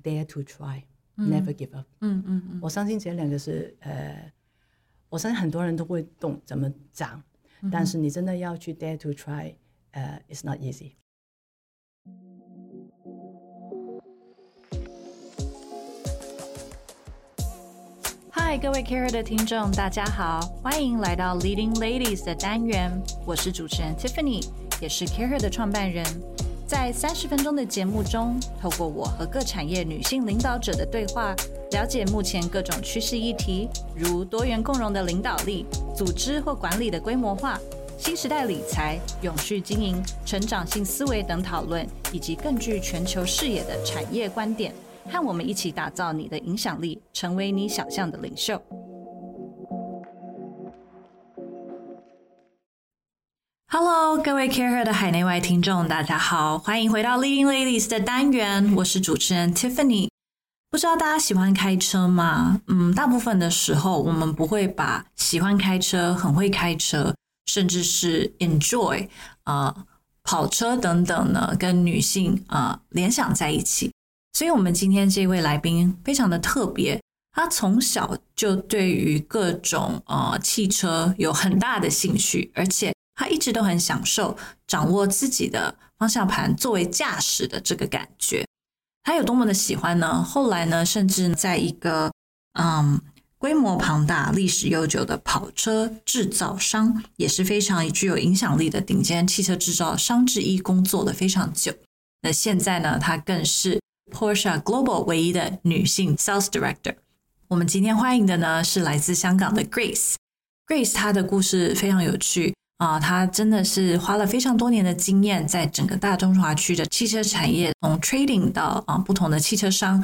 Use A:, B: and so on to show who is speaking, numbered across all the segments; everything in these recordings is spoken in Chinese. A: dare to try, never give up。
B: 嗯嗯嗯，
A: 我相信这两个是呃，我相信很多人都会懂怎么讲，
B: 嗯
A: 但是你真的要去 dare to try，呃，it's not easy。
B: 嗨，各位 Care 的听众，大家好，欢迎来到 Leading Ladies 的单元，我是主持人 Tiffany，也是 Care 的创办人。在三十分钟的节目中，透过我和各产业女性领导者的对话，了解目前各种趋势议题，如多元共融的领导力、组织或管理的规模化、新时代理财、永续经营、成长性思维等讨论，以及更具全球视野的产业观点。和我们一起打造你的影响力，成为你想象的领袖。Hello，各位 Care 的海内外听众，大家好，欢迎回到 Leading Ladies 的单元，我是主持人 Tiffany。不知道大家喜欢开车吗？嗯，大部分的时候，我们不会把喜欢开车、很会开车，甚至是 enjoy 啊、呃跑车等等呢，跟女性啊、呃联想在一起。所以，我们今天这位来宾非常的特别，他从小就对于各种呃汽车有很大的兴趣，而且他一直都很享受掌握自己的方向盘作为驾驶的这个感觉。他有多么的喜欢呢？后来呢，甚至在一个嗯规模庞大、历史悠久的跑车制造商，也是非常具有影响力的顶尖汽车制造商之一工作的非常久。那现在呢，她更是 Porsche Global 唯一的女性 Sales Director。我们今天欢迎的呢是来自香港的 Grace。Grace 她的故事非常有趣啊、她真的是花了非常多年的经验，在整个大中华区的汽车产业，从 trading 到啊、不同的汽车商，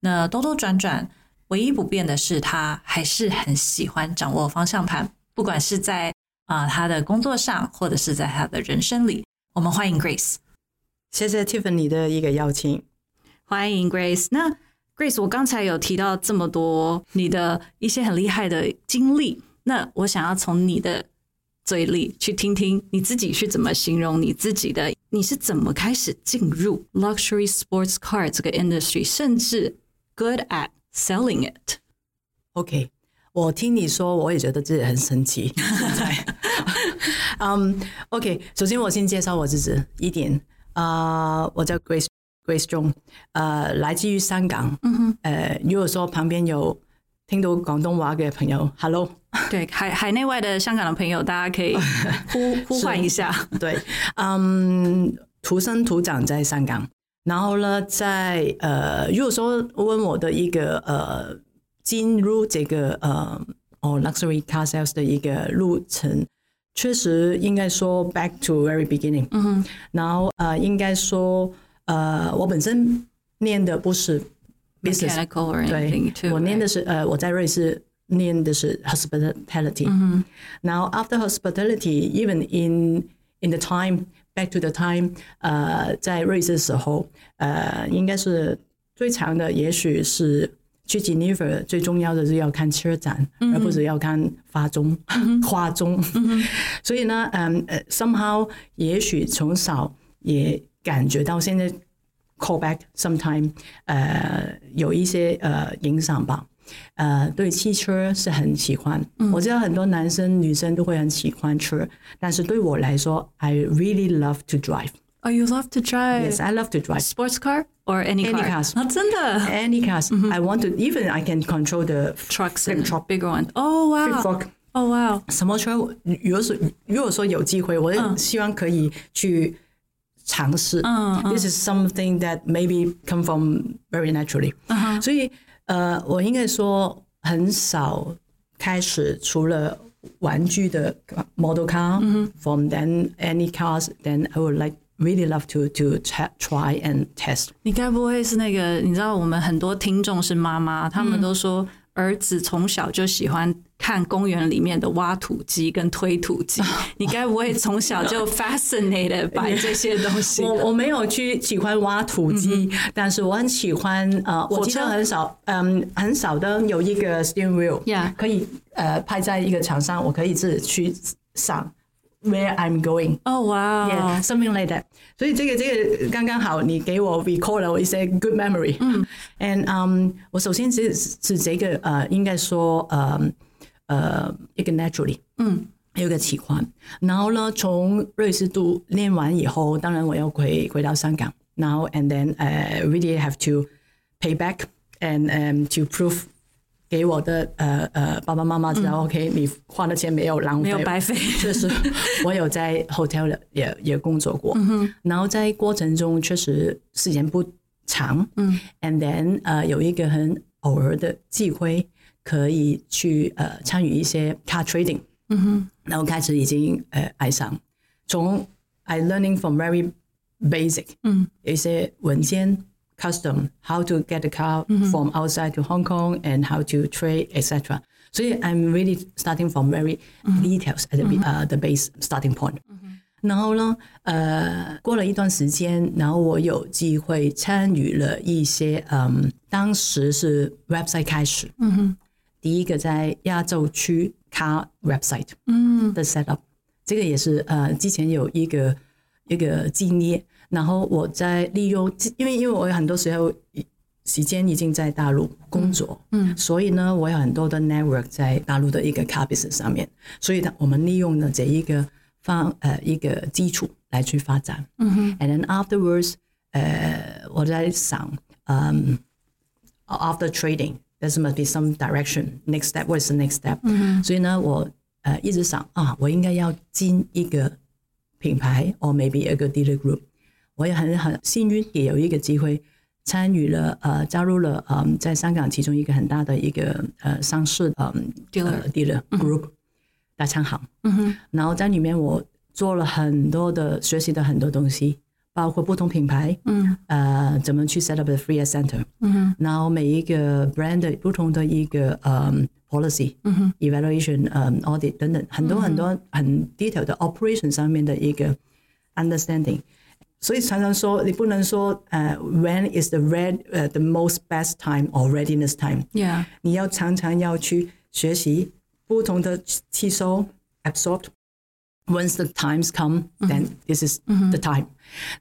B: 那兜兜转转，唯一不变的是她还是很喜欢掌握方向盘，不管是在啊、她的工作上，或者是在她的人生里。我们欢迎 Grace。
A: 谢谢 Tiffany 的一个邀请。
B: 欢迎 Grace。那 Grace，我刚才有提到这么多你的一些很厉害的经历，那我想要从你的嘴里去听听你自己是怎么形容你自己的，你是怎么开始进入 luxury sports car 这个 industry，甚至 good at selling it。
A: OK，我听你说，我也觉得自己很神 奇。现在，嗯、o k 首先我先介绍我自己一点。啊、我叫 Grace Grace 中，呃，来自于香港。嗯哼，呃，如果说旁边有听到广东话的朋友，Hello，
B: 对，海海内外的香港的朋友，大 家可以呼呼唤一下。
A: 对，嗯，土生土长在香港，然后呢，在呃，如果说问我的一个呃，进入这个呃，哦，luxury car sales 的一个路程，确实应该说 back to very beginning，嗯哼，然后呃，应该说呃，我本身念的不是 business，
B: Mechanical or
A: 对
B: anything too，
A: 我念的是呃，我在瑞士念的是 hospitality。然
B: 嗯
A: 后 after hospitality，even in in the time back to the time，呃，在瑞士的时候，呃，应该是最长的，也许是。去 Geneva 最重要的是要看车展，
B: 嗯
A: 而不是要看花钟。花钟， 所以呢，嗯呃，somehow 也许从小也感觉到现在 callback sometime 呃有一些呃影响吧。呃，对汽车是很喜欢，我知道很多男生女生都会很喜欢车，但是对我来说，I really love to drive.
B: Oh, you love to drive
A: Yes, I love to drive.
B: sports car or any
A: Any
B: car？
A: cars
B: 啊，真的。
A: Any cars, I want to. Even I can control the
B: trucks
A: Big
B: and
A: truck.
B: bigger ones. Oh wow!
A: fork.
B: Oh wow!
A: 什么车。如果说如果说有机会，我也希望可以去尝试。
B: 嗯
A: This is something that maybe come from very naturally.
B: 嗯
A: 所以呃，我应该说很少开始除了玩具的 model car、from
B: 嗯
A: then any cars then I would like really love to to tra- try and test.
B: 你该不会是那个？你知道我们很多听众是妈妈，他们都说
A: 嗯
B: 儿子从小就喜欢看公园里面的挖土机跟推土 机。你该不会从小就 fascinated by 这些东西？
A: 我我没有去喜欢挖土机，但是我很喜欢呃，我记
B: 嗯火
A: 得
B: 车
A: 很少，嗯，很少的有一个 steering wheel，、
B: Yeah
A: 可以呃拍在一个墙上，我可以自己去上 where I'm going。
B: 哦，哇哦
A: Yeah,，something like that. 所以这个这个刚刚好，你给我 recall 了我一些 good memory。嗯，and um，我首先是是这个呃，应该说呃呃一个 naturally，嗯，有一个喜欢。然后呢，从瑞士度练完以后，当然我要回回到香港。然后 and then 呃、really have to pay back and um to prove 给我的呃呃爸爸妈妈知道、o k 你花的钱没有浪费，
B: 嗯没有 白费
A: 确实，我有在 hotel 的也也工作过，然后在过程中确实时间不长，嗯，and then 呃有一个很偶尔的机会可以去呃参与一些 car trading，嗯哼，然后开始已经呃爱上，从 I learning from very basic，嗯，一些文件。Custom, how to get a car from outside to Hong Kong and how to trade, etc. 所以 I'm really starting from very details at the be- 呃 the base starting point。然后呢，呃，过了一段时间，然后我有机会参与了一些，嗯，当时是 website 开始，嗯哼，第一个在亚洲区 car website，嗯的 set up，这个也是呃之前有一个一个经验，然后我在利用，因为因为我有很多时候时间已经在大陆工作，嗯，所以呢，我有很多的 network 在大陆的一个 car business 上面，所以呢，我们利用了这一个方呃一个基础来去发展，嗯哼，and then afterwards，呃，我在想，嗯、after trading there must be some direction next step what is the next step，、所以呢，我呃一直想啊，我应该要进一个品牌，or maybe 一个 dealer group。我也很很幸运，也有一个机会参与了呃，加入了嗯、在香港其中一个很大的一个呃上市嗯
B: Dealer
A: 呃 dealer group、大商行。嗯哼，然后在里面我做了很多的学习的很多东西，包括不同品牌，嗯，呃，怎么去 set up the free center，嗯哼，然后每一个 brand 的不同的一个呃 policy，嗯哼，evaluation，嗯，audit 等等，很多很多很 detail 的 operation 上面的一个 understanding。所以常常说，你不能说，呃、w h e n is the red，呃、t h e most best time or readiness time？
B: ，Yeah，
A: 你要常常要去学习不同的吸收 absorbed。Once the times come, then this is
B: Mm-hmm.
A: the time、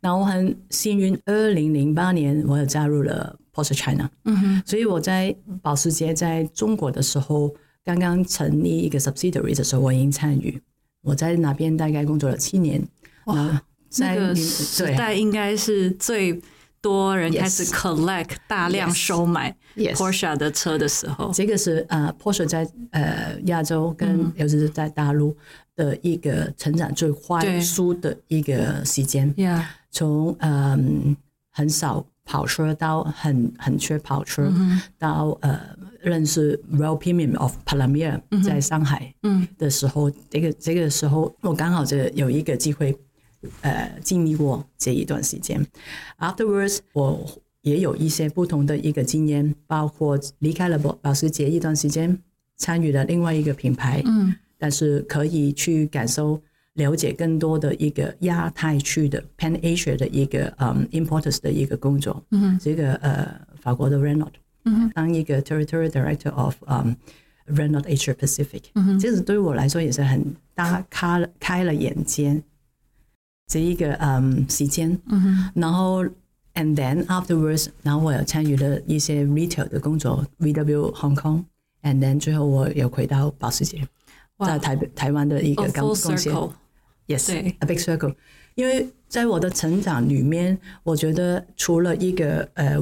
A: 然后我很幸运，二零零八年我有加入了 Porsche China，、所
B: Mm-hmm.
A: 以我在保时捷在中国的时候，刚刚成立一个 subsidiary 的时候，我已经参与。我在那边大概工作了七年，哇，
B: 那
A: 在
B: 个
A: 里
B: 时
A: 对
B: 代应该是最多人开始
A: Yes
B: collect 大量
A: 啊 Yes
B: 收买
A: Yes
B: Porsche 的车的时候，
A: 这个是呃，Porsche 在呃亚洲跟尤其是在大陆的一个成长最
B: 对
A: 快速的一个时间，
B: ，Yeah，
A: 从嗯、很少跑车到很很缺跑车，到呃认识 Real Premium of Palomir 在上海的时候，这个这个时候我刚好这有一个机会，呃，经历过这一段时间。Afterwards，我也有一些不同的一个经验，包括离开了保保时捷一段时间，参与了另外一个品牌，嗯，但是可以去感受。了解更多的一个亚太区的 Pan Asia 的一个嗯、importers 的一个工作，嗯，这个呃法国的 Renault，当一个 Territory Director of 嗯、Renault Asia Pacific，、这是对我来说也是很大开了开了眼界，这一个嗯时间，然后 and then afterwards，然后我有参与了一些 retail 的工作，VW Hong Kong，and then 最后我有回到保时捷，
B: 哇
A: 在台北台湾的一个
B: 哦
A: 钢
B: ，Full
A: 贡献。
B: Circle，对
A: Yes，a big circle。因为在我的成长里面，我觉得除了一个呃，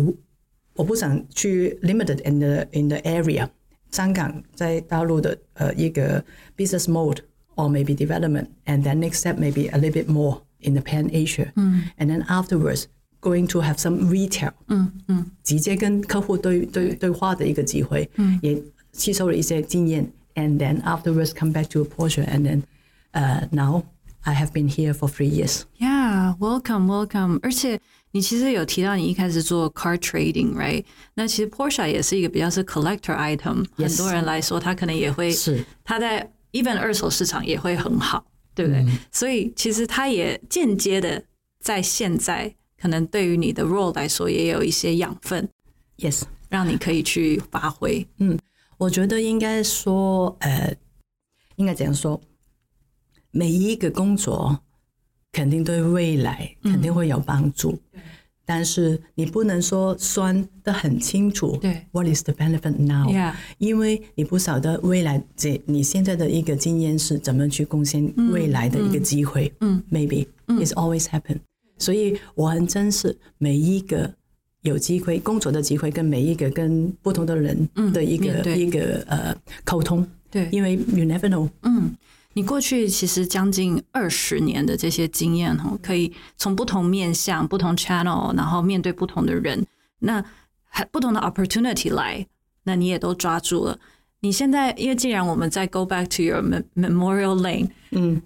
A: 我不想去 limited in the in the area，香港在大陆的呃一个 business mode or maybe development，and then next step maybe a little bit more in the pan Asia，a n d then afterwards going to have some retail，嗯嗯，直接跟客户对对对话的一个机会，嗯，也吸收了一些经验，and then afterwards come back to Porsche，and then 呃、now I have been here for three years。
B: Yeah, welcome, welcome。而且你其实有提到你一开始做 car trading，right？那其实 Porsche 也是一个比较是 collector item，、
A: Yes
B: 很多人来说，它可能也会
A: 是
B: 它在 even 二手市场也会很好，对不对？
A: 嗯
B: 所以其实它也间接的在现在可能对于你的 role 来说，也有一些养分，
A: Yes，
B: 让你可以去发挥。
A: 我觉得应该说，呃，应该怎样说？每一个工作肯定对未来肯定会有帮助，但是你不能说算得很清楚。
B: 对
A: ，What is the benefit now？
B: ，Yeah，
A: 因为你不晓得未来这你现在的一个经验是怎么去贡献未来的一个机会。
B: 嗯
A: m a y b e it's always happen。所以我很珍视每一个有机会工作的机会，跟每一个跟不同的人的一
B: 嗯面
A: 个、
B: 对
A: 一个呃沟通，
B: 对，
A: 因为 you never know。
B: 嗯，你过去其实将近二十年的这些经验哦，可以从不同面向、不同 channel，然后面对不同的人，那还不同的 opportunity 来，那你也都抓住了。你现在，因为既然我们在 go back to your mem- memorial lane，
A: 嗯，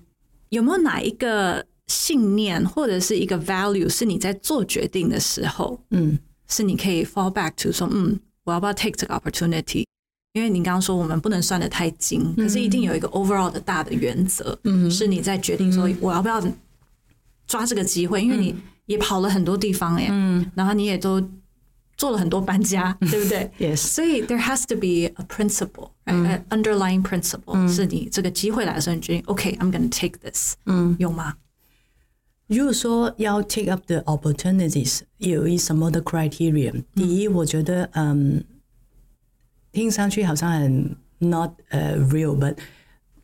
B: 有没有哪一个信念或者是一个 value 是你在做决定的时候，
A: 嗯，
B: 是你可以 fall back to 说，嗯，我要不要 take 这个 opportunity？因为你刚刚说我们不能算得太精，可是一定有一个 overall 的大的原则，嗯，是你在决定说我要不要抓这个机会，因为你也跑了很多地方哎、嗯，然后你也都做了很多搬家，对不 对
A: Yes
B: 所以 there has to be a principle，right？、An underlying principle、是你这个机会来的时候，你决定 OK，I'm、gonna take this，嗯，有吗？
A: 如果说要 take up the opportunities，有一什么的 criteria？、第一，我觉得嗯，听上去好像很 not 呃、real，but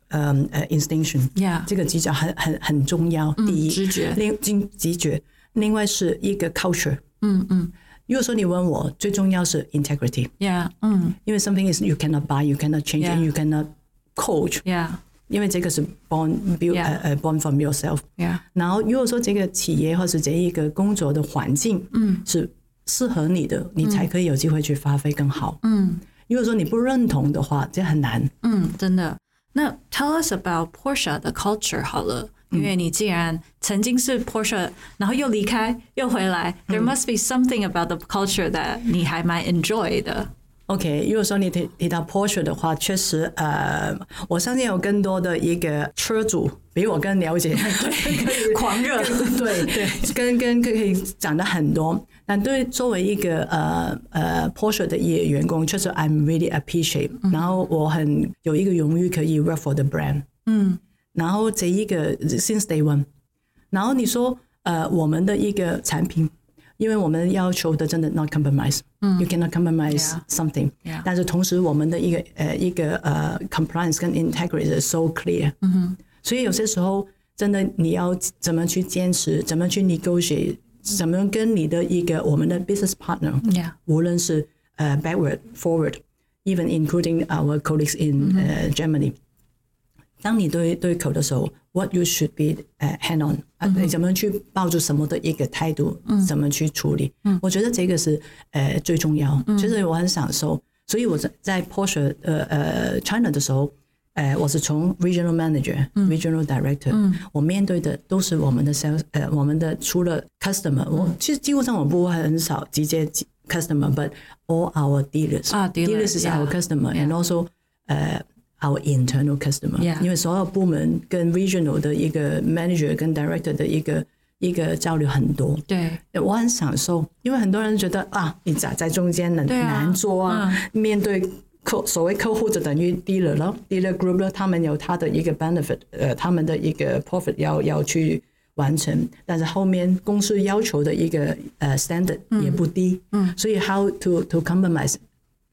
A: 嗯、呃 instinction，、
B: Yeah
A: 这个技巧很很很重要。第一，
B: 直觉
A: 另经直觉，另外是一个 culture。嗯嗯，如果说你问我，最重要是 integrity，
B: Yeah，嗯
A: 因为 something is you cannot buy，you cannot
B: Yeah
A: change，and you cannot coach，
B: ，Yeah，Yeah，
A: 因为这个是 born build 呃呃 born from yourself。然后，如果说这个企业或是这一个工作的环境，嗯，是适合你的，你才可以有机会去发挥更好。
B: 嗯。
A: 如果说你不认同的话，这很难。
B: 嗯，真的。那 tell us about Porsche 的 culture 好了，因为你既然曾经是 Porsche，然后又离开又回来、t h e r e must be something about the culture that 你还蛮 enjoy 的。
A: OK，如果说你提提到 Porsche 的话，确实，呃，我相信有更多的一个车主比我更了解，
B: 狂热
A: 对对，跟跟可以讲的很多。但对作为一个呃呃 Porsche 的业员工，确实 I'm really appreciate，、然后我很有一个荣誉可以 work for the brand，嗯，然后这一个 since day one，然后你说呃我们的一个产品。因为我们要求的真的 not compromise，嗯，you cannot compromise
B: Yeah
A: something，、
B: Yeah
A: 但是同时我们的一个呃一个呃 compliance 跟 integrity 是 so clear，嗯哼，所以有些时候真的你要怎么去坚持，怎么去 negotiate，怎么跟你的一个我们的 business partner，、
B: ，Yeah，
A: 无论是呃 backward forward。Even including our colleagues in、呃 Germany，当你对对口的时候，what you should be 呃 hand on，、啊你怎么去抱住什么的一个态度，怎么去处理？我觉得这个是呃最重要，就是我很享受。所以我在在 Porsche 呃呃 China 的时候，呃我是从 Regional Manager、Regional
B: 嗯
A: Director，、我面对的都是我们的 sales 呃我们的除了 customer，我
B: 嗯
A: 其实几乎上我不会很少直接 customer，but all our dealers
B: 啊，dealers，
A: dealers is our
B: yeah
A: customer and also 呃 our internal customer，
B: Yeah
A: 因为所有部门跟 regional 的一个 manager 跟 director 的一个一个交流很多，
B: 对
A: 呃我很享受，因为很多人觉得啊，你夹在中间很
B: 对啊
A: 难做啊，面对客所谓客户就等于 dealer 了，dealer group 了，他们有他的一个 benefit，呃，他们的一个 profit 要要去完成，但是后面公司要求的一个呃 standard 也不低，嗯，所以 how to to compromise，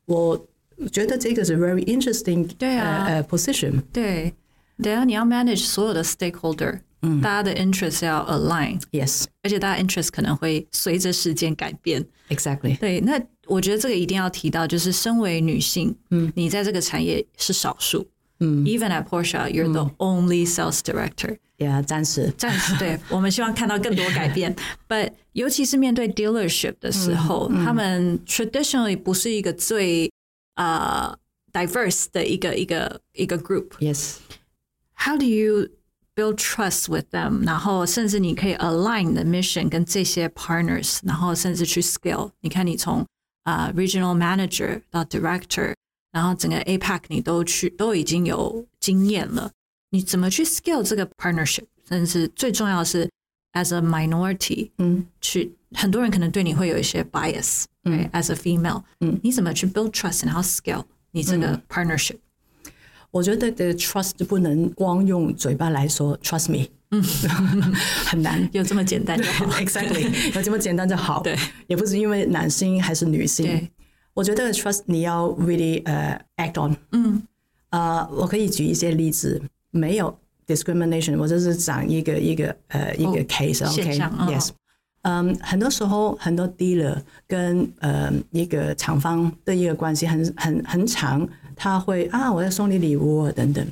A: 我觉得这个是 very interesting
B: 对啊
A: 呃呃 position，
B: 对，等一下你要 manage 所有的 stakeholder，嗯，大家的 interest 要 align，
A: Yes,
B: 而且大家 interest 可能会随着时间改变。
A: exactly.
B: 对，那我觉得这个一定要提到，就是身为女性，嗯，你在这个产业是少数，嗯，even 嗯 at Porsche you're the only sales director，、
A: Yeah，暂时
B: 暂时 对我们希望看到更多改 变，but 尤其是面对 dealership 的时候，他们 traditionally 不是一个最呃 diverse 的一个一个一个 group，
A: yes.
B: How do you build trust with them？然后甚至你可以 align 你的 mission 跟这些 partners，然后甚至去 scale。你看，你从啊、呃 regional manager 到 director，然后整个 APAC 你都去都已经有经验了。你怎么去 scale 这个 partnership？甚至最重要的是 as a minority，
A: 嗯，
B: 去很多人可能对你会有一些 bias，嗯、a s a female，嗯，你怎么去 build trust，然后 scale 你这个 partnership？、
A: 我觉得的 trust 不能光用嘴巴来说 trust me，嗯， 很难。
B: 有这么简单就好。
A: Exactly，有这么简单就好。
B: 对，
A: 也不是因为男性还是女性
B: 对。
A: 我觉得 trust 你要 really 呃、act on。嗯，呃，我可以举一些例子，没有 discrimination，我就是讲一个一个呃一个 case、
B: 哦现
A: OK
B: 象嗯
A: yes。嗯，很多时候很多 dealer 跟呃一个厂方的一个关系很很很长，他会啊，我要送你礼物啊等等，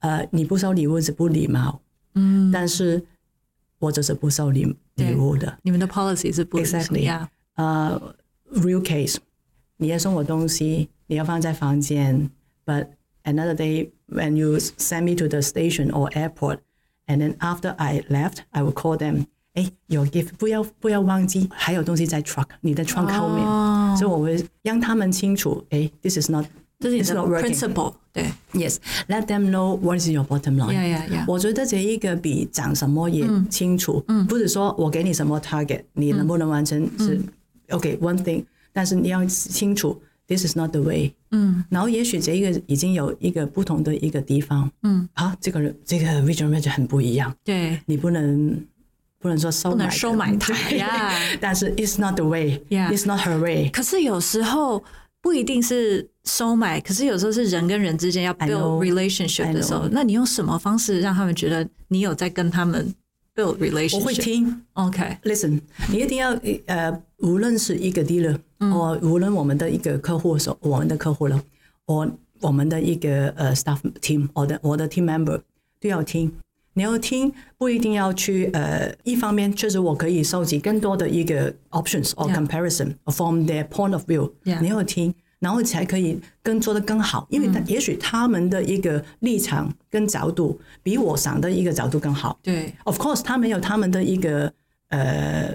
A: 呃，你不收礼物是不礼貌，嗯，但是我就是不收礼礼物的，
B: 你们的 policy 是不
A: Exactly
B: 呀？
A: 呃、r e a l case，你要送我东西，你要放在房间，but another day when you send me to the station or airport, and then after I left, I will call them. 哎，your gift 不要不要忘记，还有东西在 truck，你的 trunk 后面所以我会让他们清楚，哎，this is not，
B: 这是你
A: it's
B: 的
A: not working。
B: principle，对
A: Yes，let them know what is your bottom line。
B: Yeah, yeah, 嗯 yeah.
A: 我觉得这一个比讲什么也清楚，不是说我给你什么 target，你能不能完成是、OK
B: 嗯
A: one thing，但是你要清楚 this is not the way。嗯，然后也许这一个已经有一个不同的一个地方，嗯，啊，这个人这个 region manager 很不一样，
B: 对，
A: 你不能不能说收
B: 不
A: 买
B: 能
A: 的
B: 收买它呀。
A: 但是 it's not the
B: Yeah.
A: way，it's not her way。
B: 可是有时候不一定是收买，可是有时候是人跟人之间要
A: I know,
B: build relationship
A: I
B: 的时候，那你用什么方式让他们觉得你有在跟他们 build
A: 我会
B: relationship？
A: 听
B: OK，
A: Listen，你一定要呃，无论是一个 dealer，或、
B: 嗯
A: 无论我们的一个客户所我们的客户了，我我们的一个呃 staff team，我的我的 team member 都要听。你要听，不一定要去呃，一方面确实我可以收集更多的一个 options or
B: Yeah.
A: comparison from their point of view，、
B: Yeah.
A: 你要听，然后才可以更做得更好，因
B: 嗯
A: 为他、也许他们的一个立场跟角度比我想的一个角度更好。
B: 对
A: Of course，他们有他们的一个呃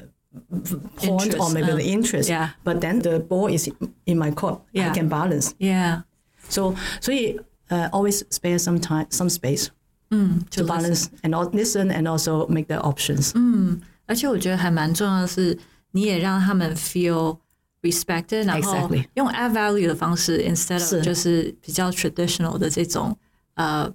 A: point or maybe the
B: Interest，嗯
A: interest.
B: Yeah.
A: But then the ball is in my court. I
B: Yeah.
A: can balance.
B: ，Yeah，
A: So 所以呃 always spare some time, some space
B: 嗯，
A: to
B: 就
A: balance and al- listen and also make the options.
B: 嗯而且我觉得还蛮重要的是，你也让他们 feel respected，然后
A: Exactly
B: 用 add value 的方式，instead
A: 是
B: of 就是比较 traditional 的这种呃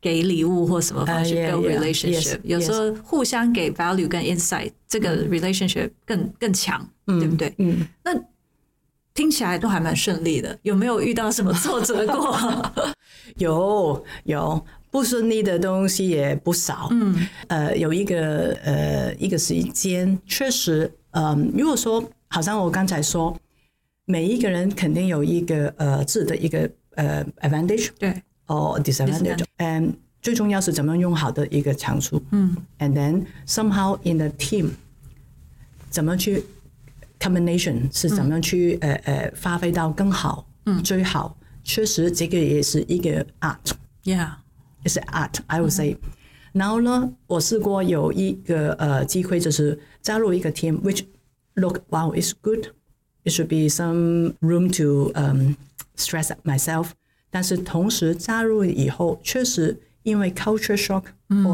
B: 给礼物或什么方式
A: Uh, yeah,
B: build
A: yeah,
B: relationship，
A: yes, 嗯
B: 有时候互相给 value 跟 insight，这个 relationship 更更强，对不对？嗯，那听起来都还蛮顺利的，有没有遇到什么挫折过？
A: 有有不顺利的东西也不少。嗯，呃，有一个呃一个时间，确实，嗯、如果说好像我刚才说，每一个人肯定有一个呃自己的一个呃 advantage
B: 对，
A: or disadvantage，嗯，哦最重要是怎么样用好的一个长处。嗯，and then somehow in the team，怎么去 combination 是怎么样去、呃呃发挥到更好，嗯，最好。确实，这个也是一个 art。
B: ，Yeah，
A: is art, I would say. 然后呢，我试过有一个呃机会，就是加入一个 team，which look wow is good, it should be some room to um stress myself。但是同时加入以后，确实因为 culture shock，或、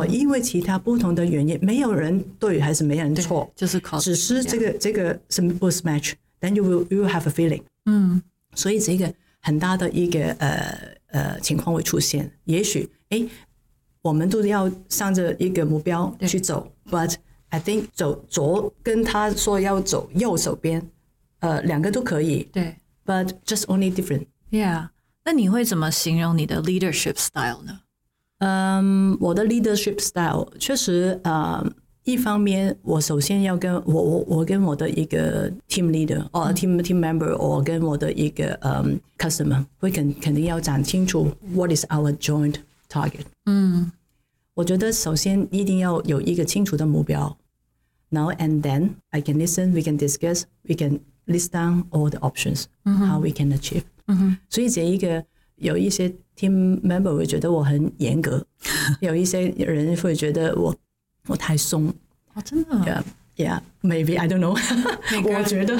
B: 嗯
A: 因为其他不同的原因，没有人对还是没人错，
B: 就是考
A: 只是这个这个是不 match，then you will you will have a feeling。嗯，所以这个很大的一个呃呃情况会出现。也许哎，诶我们都要向着一个目标去走，but I think 走左跟他说要走右手边，呃，两个都可以
B: 对
A: ，but just only different。
B: ，Yeah，那你会怎么形容你的 leadership style 呢？
A: 嗯，我的 leadership style 确实，呃，一方面我首先要跟我我我跟我的一个 team leader 或 team team member，我跟我的一个嗯 customer 会肯肯定要讲清楚 what is our joint target。嗯，我觉得首先一定要有一个清楚的目标。Now and then, I can listen, we can discuss, we can list down all the options how we can achieve. 所以这一个有一些 team member 会觉得我很严 格，有一些人会觉得我我太松。
B: 哦，真的啊。
A: Yeah, yeah, maybe I don't know
B: 每个。人
A: 我觉得，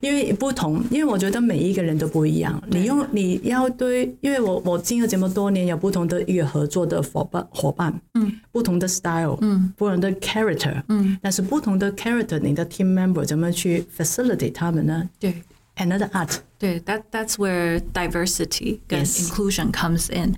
A: 因为不同，因为我觉得每一个人都不一样。你用你要对，因为我我经过这么多年，有不同的一个合作的伙伴伙伴，嗯，不同的 style，嗯，不同的 character，嗯，但是不同的 character，你的 team member 怎么去 facilitate 他们呢
B: 对
A: ？Another art。
B: 对，that that's where diversity 跟
A: Yes.
B: inclusion comes in。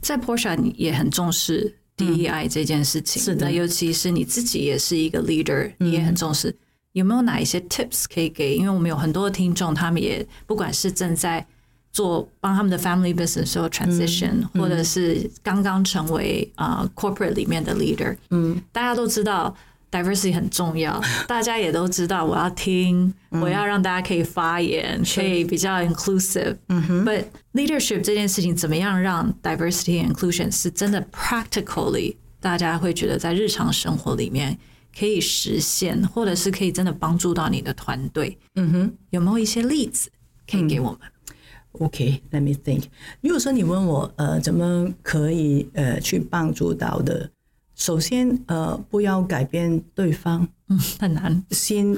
B: 在 Porsche 你也很重视 DEI 这件事情，
A: 嗯是的嗯
B: 那尤其是你自己也是一个 leader，、你也很重视。有没有哪一些 tips 可以给？因为我们有很多的听众，他们也不管是正在做帮他们的 family business 做 transition，、或
A: 嗯
B: 者是刚刚成为啊、呃 corporate 里面的 leader，嗯，大家都知道 diversity 很重 要，大家也都知道我要听，我要让大家可以发言，可以比较 inclusive，嗯哼，but leadership 这件事情怎么样让 diversity and inclusion 是真的 practically 大家会觉得在日常生活里面。可以实现，或者是可以真的帮助到你的团队。嗯哼，嗯有没有一些例子可以给我们？
A: OK，let、me think。如果说你问我，呃，怎么可以呃去帮助到的？首先，呃，不要改变对方，
B: 嗯，很难。
A: 先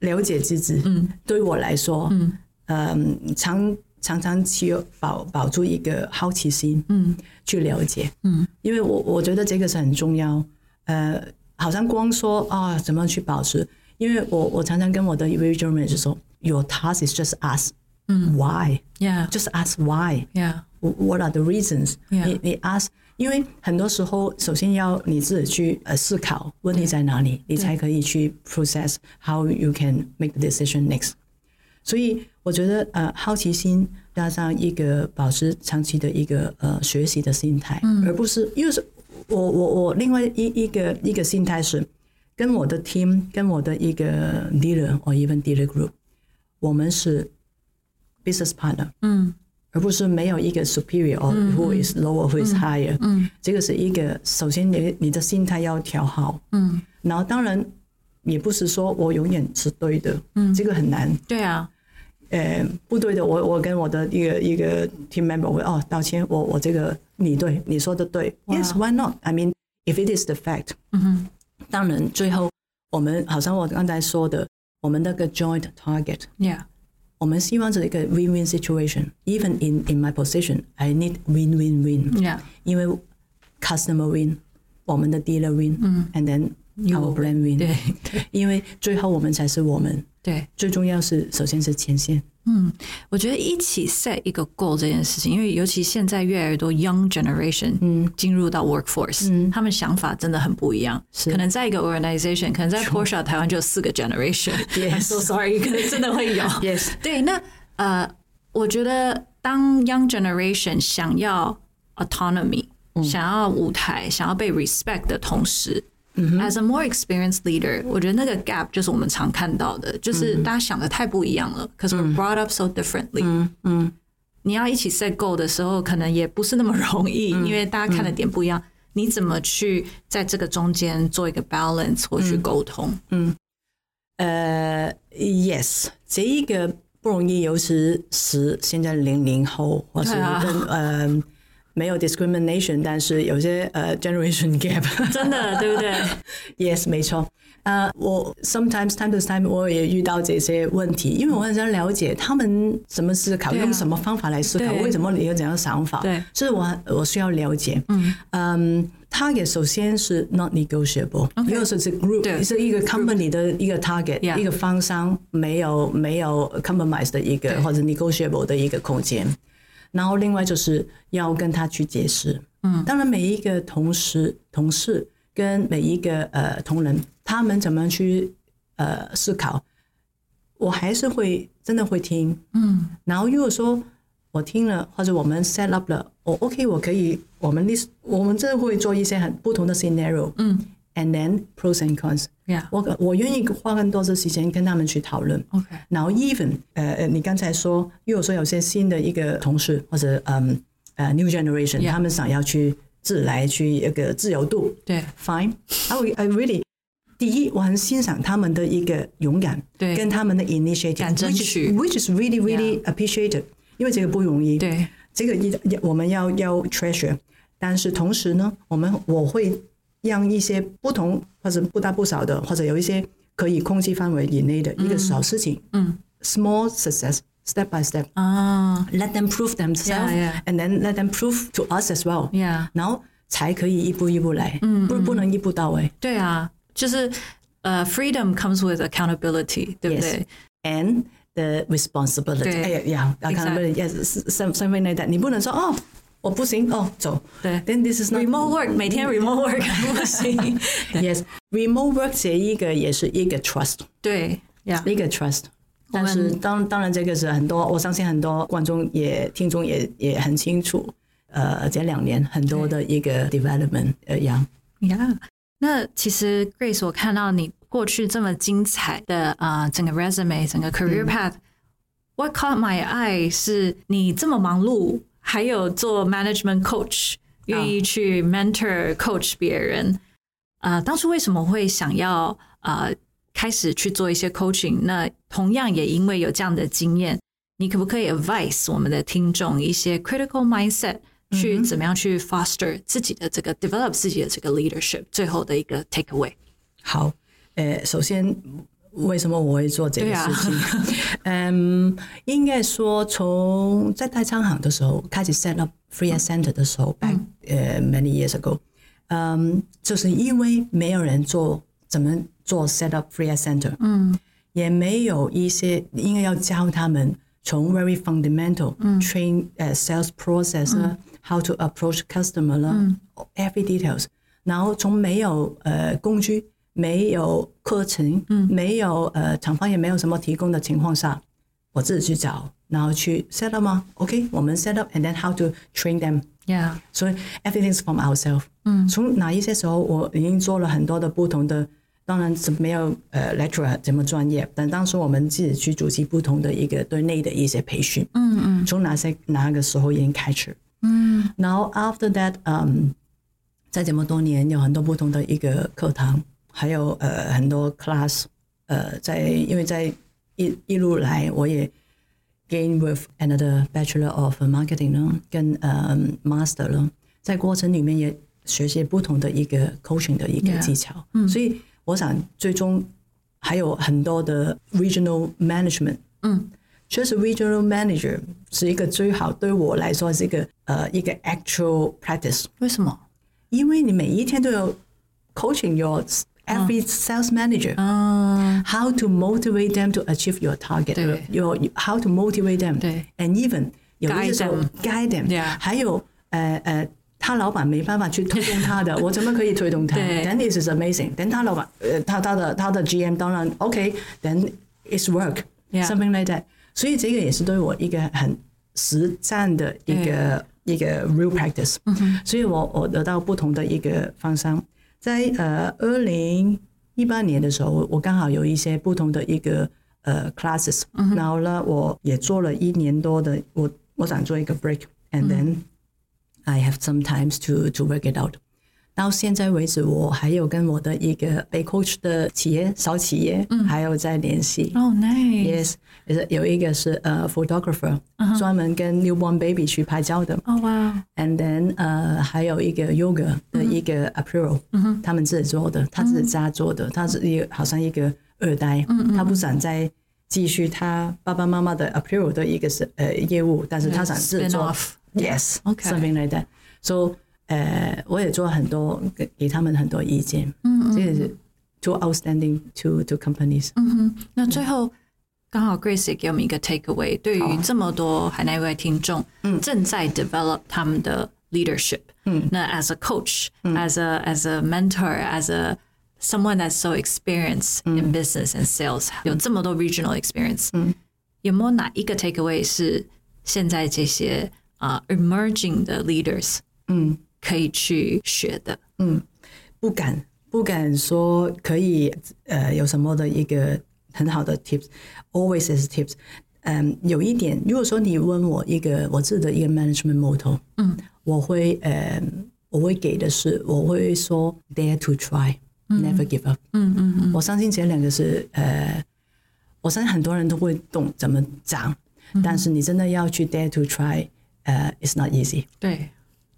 A: 了解自己。嗯，对我来说，嗯，呃、常常常去保保住一个好奇心，嗯，去了解，嗯，因为我我觉得这个是很重要。呃，好像光说啊，怎么去保持？因为我我常常跟我的一位 g e r m a n 就说，Your task is just ask，嗯，Why？
B: Yeah,
A: just ask why.
B: yeah,
A: What are the reasons?
B: Yeah.
A: 你你 ask，因为很多时候首先要你自己去呃思考问题在哪里，你才可以去 process how you can make the decision next。所以我觉得呃好奇心加上一个保持长期的一个呃学习的心态，而不是因为是我我我另外一一个一个心态是跟我的 team 跟我的一个 dealer or even dealer group，我们是 business partner，
B: 嗯，
A: 而不是没有一个 superior or who is lower who is higher，嗯，这个是一个首先你你的心态要调好，
B: 嗯，
A: 然后当然也不是说我永远是对的，嗯，这个很难，
B: 对啊，
A: 呃，不对的，我我跟我的一个一个 team member 会哦道歉，我我这个你对你说的对，yes why not? I mean if it is the fact，嗯哼，当然最后我们好像我刚才说的，我们那个 joint target，
B: yeah，
A: 我们希望是一个 win-win situation。Even in in my position, I need win-win-win，、
B: Yeah.
A: 因为 customer win，我们的 dealer win，嗯，and then our brand win，
B: 对
A: 因为最后我们才是我们。
B: 对，
A: 最重要是，首先是前线，
B: 我觉得一起 set 一个 goal 这件事情，因为尤其现在越来越多 young generation 进入到 workforce，、他们想法真的很不一样。可能在一个 organization，可能在 Porsche 台湾就有四个 generation。I'm
A: Yes
B: so sorry，可能真的会有。
A: Yes
B: 对，那呃，我觉得当 young generation 想要 autonomy，、想要舞台，想要被 respect 的同时。As a more experienced leader，我觉得那个 gap 就是我们常看到的，就是大家想的太不一样了，可是 we're brought up so differently。你要一起 set goal 的时候，可能也不是那么容易，因为大家看的点不一样。你怎么去在这个中间做一个 balance 或去沟通？
A: 呃，yes，这一个不容易，尤其是现在零零后，或是
B: 对
A: 跟、
B: 啊
A: 呃没有 discrimination，但是有些呃 generation gap，
B: 真的，对不对？
A: Yes，没错。呃、我 sometimes time to time 我也遇到这些问题，因为我很想了解他们怎么思考，
B: 对啊
A: 用什么方法来思考，
B: 对
A: 为什么你有怎样的想法？
B: 对
A: 所以我我需要了解。嗯嗯，他也首先是 not negotiable，因为是是 group
B: 对
A: 是一个 company 的一个 target，
B: Yeah
A: 一个方商没有没有 compromise 的一个
B: 对
A: 或者 negotiable 的一个空间。然后另外就是要跟他去解释。嗯，当然每一个同事、同事跟每一个呃同仁，他们怎么去呃思考，我还是会真的会听。嗯，然后如果说我听了或者我们 set up 了，我 OK，我可以，我们 list，我们真的会做一些很不同的 scenario。嗯，and then pros and cons。
B: Yeah.
A: 我我愿意花更多的时间跟他们去讨论。
B: OK
A: 然后 even 呃呃，你刚才说，如果说有些新的一个同事或者嗯呃 new generation，、
B: Yeah.
A: 他们想要去自来去一个自由度，
B: 对
A: ，fine，I will- I really 第一，我很欣赏他们的一个勇敢，
B: 对
A: 跟他们的 initiative，
B: 敢争取
A: which is, which is really really appreciated，、因为这个不容易，
B: 对，
A: 这个一我们要要 treasure，但是同时呢，我们我会让一些不同或者不大不小的，或者有一些可以控制范围以内的一个小事情，嗯，small success step by step，
B: 啊
A: let them prove themselves,
B: Yeah, yeah.
A: and then let them prove to us as well.
B: Yeah.
A: 然后才可以一步一步来，嗯，不不能一步到位。
B: 对啊，就是呃、f r e e d o m comes with accountability，对不对
A: And the responsibility，
B: 对
A: 哎呀呀，accountability，yes，some something like that。你不能说哦，我不行哦，走。
B: 对
A: ，Then this is not
B: remote work，每天 remote work 不行。
A: Yes, remote work 这一个也是一个 trust，
B: 对呀，
A: 一个 trust。
B: 我
A: 但是
B: 们
A: 当当然这个是很多，我相信很多观众也听众也也很清楚。呃，这两年很多的一个 development，呃，呀，
B: 呀，那其实 Grace，我看到你过去这么精彩的啊，整个 resume，整个 career path。What caught my eye 是你这么忙碌，还有做 management coach，愿意去 mentor coach 别人。啊，当初为什么会想要啊开始去做一些 coaching？那同样也因为有这样的经验，你可不可以 advise 我们的听众一些 critical mindset，去怎么样去 foster 自己的这个 develop 自己的这个 leadership？最后的一个 take away。
A: 好，呃，首先为什么我会做这
B: 对
A: 个
B: 啊
A: 事情？ 嗯，应该说从在大昌行的时候开始 set up free a center 的时
B: 嗯
A: 候，back 呃 many years ago，嗯，就是因为没有人做怎么做 set up free a center，嗯，也没有一些应该要教他们从 very fundamental train 呃 sales process 啦，how to approach customer 啦，every details，然后从没有呃工具。没有课程，嗯，没有呃，厂方也没有什么提供的情况下，我自己去找，然后去 set up 吗？OK，我们 set up and then how to train them。
B: Yeah，
A: 所以 everything's from ourselves。嗯，从哪一些时候我已经做了很多的不同的，当然是没有呃 lecturer 这么专业，但当时我们自己去主持不同的一个对内的一些培训。嗯嗯，从哪些哪个时候已经开始？嗯，然后 after that，嗯、在这么多年有很多不同的一个课堂，还有呃很多 class，呃，在因为在一一路来我也 gain with another bachelor of marketing 呢，跟呃 master 呢，在过程里面也学习不同的一个 coaching 的一个
B: Yeah
A: 技巧嗯，所以我想最终还有很多的 regional management，
B: 嗯，
A: 确实 regional manager 是一个最好对我来说是一个呃一个 actual practice。
B: 为什么？
A: 因为你每一天都有 coaching your every sales manager、
B: 嗯，
A: how to motivate them to achieve your target，
B: 对
A: your how to motivate them，
B: 对
A: ，and even 有一些时候 guide
B: Guide
A: them，
B: Yeah
A: 还有呃呃。他老板没办法去推动他 的，我怎么可以推动他
B: 对
A: ？Then it is amazing。等他老板，呃，他他的他的 GM 当然 OK，then、it's work
B: Yeah
A: something like that。所以这个也是对我一个很实战的一个一个 real practice。所以我我得到不同的一个方向。在呃二零一八年的时候，我我刚好有一些不同的一个呃 classes，、然后呢，我也做了一年多的，我我想做一个 break，and then、I have some times to to work it out。到现在为止，我还有跟我的一个被 coach 的企业小企业，
B: 嗯
A: 还有在联系。
B: 哦、n i c e
A: Yes，有一个是呃、photographer，、专
B: 嗯
A: 门跟 newborn baby 去拍照的。
B: 哦哇，
A: And then 呃，还有一个
B: 嗯
A: yoga 的一个 apparel，、他们自己做的，他自己家做
B: 嗯
A: 的，他是一个好像一个二代，他不想再继续他爸爸妈妈的 apparel 的一个是呃业务，但是他想自己
B: Spin
A: 做
B: off Okay
A: ，yes，something like that。So 呃，我也做很多给给他们很多意见，嗯这也是 too outstanding to to companies。
B: 那最后刚好 Grace 也给我们一个 take away，对于这么多海内外听众，嗯，正在 develop 他们的 leadership，嗯，那 as a coach，as、a as a mentor，as a someone that's so experienced in business and sales，、有这么多 regional experience，嗯，有没有哪一个 take away 是现在这些啊、呃 emerging 的 leaders，嗯，可以去学的？
A: 不敢不敢说可以呃有什么的一个很好的 tips，always is tips。嗯，有一点，如果说你问我一个我自己的一个 management motto，嗯，我会呃我会给的是我会说 dare to try，never give up。嗯嗯嗯，我相信这两个是呃，我相信很多人都会懂怎么讲，但是你真的要去 dare to try，呃，it's not easy。
B: 对，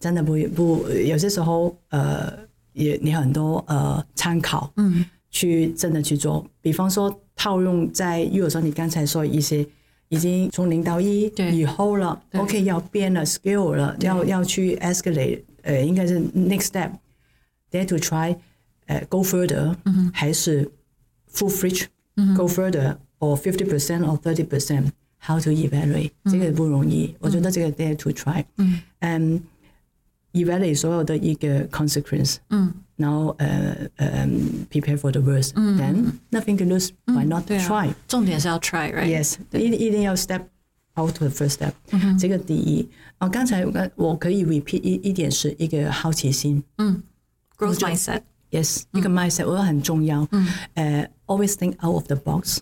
A: 真的不不，有些时候呃，也你很多呃参考，嗯，去真的去做。比方说套用在，如果说你刚才说一些已经从零到一
B: 对
A: 以后了，OK 要变了 skill 了，要要去 escalate，呃，应该是 next step，dare to try，呃，go further，、还是 full reach go further or fifty percent or thirty percent how to evaluate、这个不容易，我觉得这个 dare to try。嗯，Um, evaluate 所有的一个 consequence，
B: 嗯，
A: 然后呃呃 prepare for the worst，then nothing to lose, why not
B: 对啊
A: try？
B: 重点是要 try，right？
A: Yes，一定一定要 step out to the first step，、这个第一。哦，刚才我刚我可以 repeat 一一点是一个好奇心
B: ，growth mindset，
A: ，yes，、一个 mindset 我觉得很重要。呃、a l w a y s think out of the box，、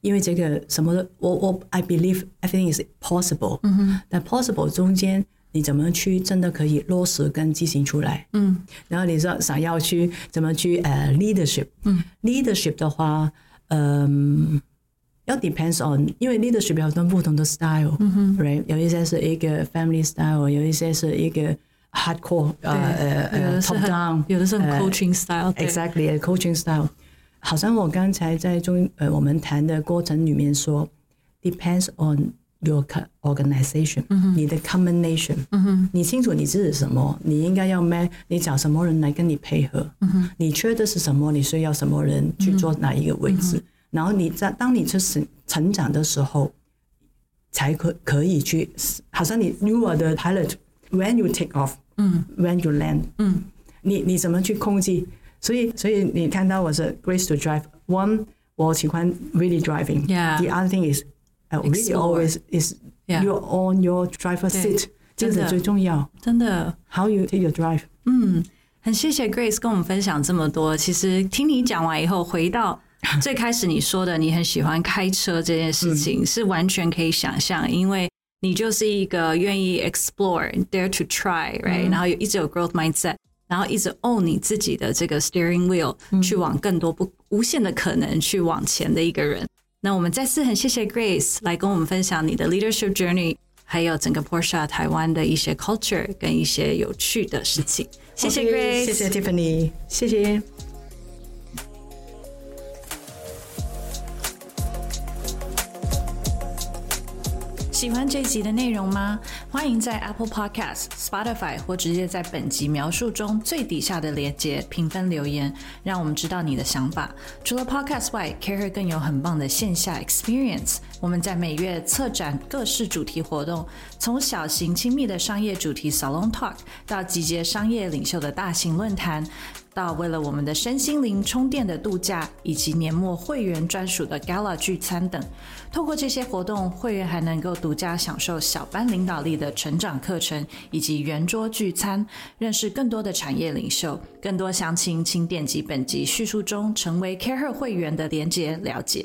A: 因为这个什么都我我 I believe everything is possible，、但 possible 中间。你怎么去真的可以落实跟执行出来？嗯，然后你说想要去怎么去呃、leadership，嗯，leadership 的话，嗯、要 depends on，因为 leadership 有很多不同的 style，right？、有一些是一个 family style，有一些是一个 hardcore，呃呃
B: 有
A: 呃
B: 的是
A: ，top
B: 很
A: down，
B: 有的是很 coaching style，对
A: exactly a coaching style。好像我刚才在中呃我们谈的过程里面说，depends on your co- organization，、你的 combination，、你清楚你自己是什么，你应该要 match，你找什么人来跟你配合，你缺的是什么，你需要什么人去做哪一个位置，然后你在当你去成成长的时候，才可可以去，好像你 you are the pilot，when you take off，嗯，when you land，嗯，你你怎么去控制？所以所以你看到我是 grace to drive one，我喜欢 really driving。
B: Yeah.
A: The other thing is, uh, really
B: Explore.
A: always is
B: Yeah.
A: you're on your driver
B: 对
A: seat，这
B: 真
A: 个
B: 的
A: 最重要。
B: 真的
A: How you take your drive？
B: 很谢谢 Grace 跟我们分享这么多。其实听你讲完以后，回到最开始你说的，你很喜欢开车这件事情，是完全可以想象，因为你就是一个愿意 explore、dare to try，right？、然后有一直有 growth mindset，然后一直 own 你自己的这个 steering wheel，、去往更多不无限的可能去往前的一个人。那我们再次很谢谢 Grace 来跟我们分享你的 leadership journey，还有整个 Porsche 台湾的一些 culture 跟一些有趣的事情。谢谢 Grace，
A: 谢谢 Tiffany，谢谢。
B: 喜欢这集的内容吗？欢迎在 Apple Podcast、Spotify 或直接在本集描述中最底下的连接评分留言，让我们知道你的想法。除了 Podcast 外，Care 更有很棒的线下 experience。我们在每月策展各式主题活动，从小型亲密的商业主题 Salon Talk 到集结商业领袖的大型论坛。到为了我们的身心灵充电的度假，以及年末会员专属的 Gala 聚餐等。透过这些活动，会员还能够独家享受小班领导力的成长课程，以及圆桌聚餐，认识更多的产业领袖。更多详情，请点击本集叙述中成为 Care 会员的连结了解。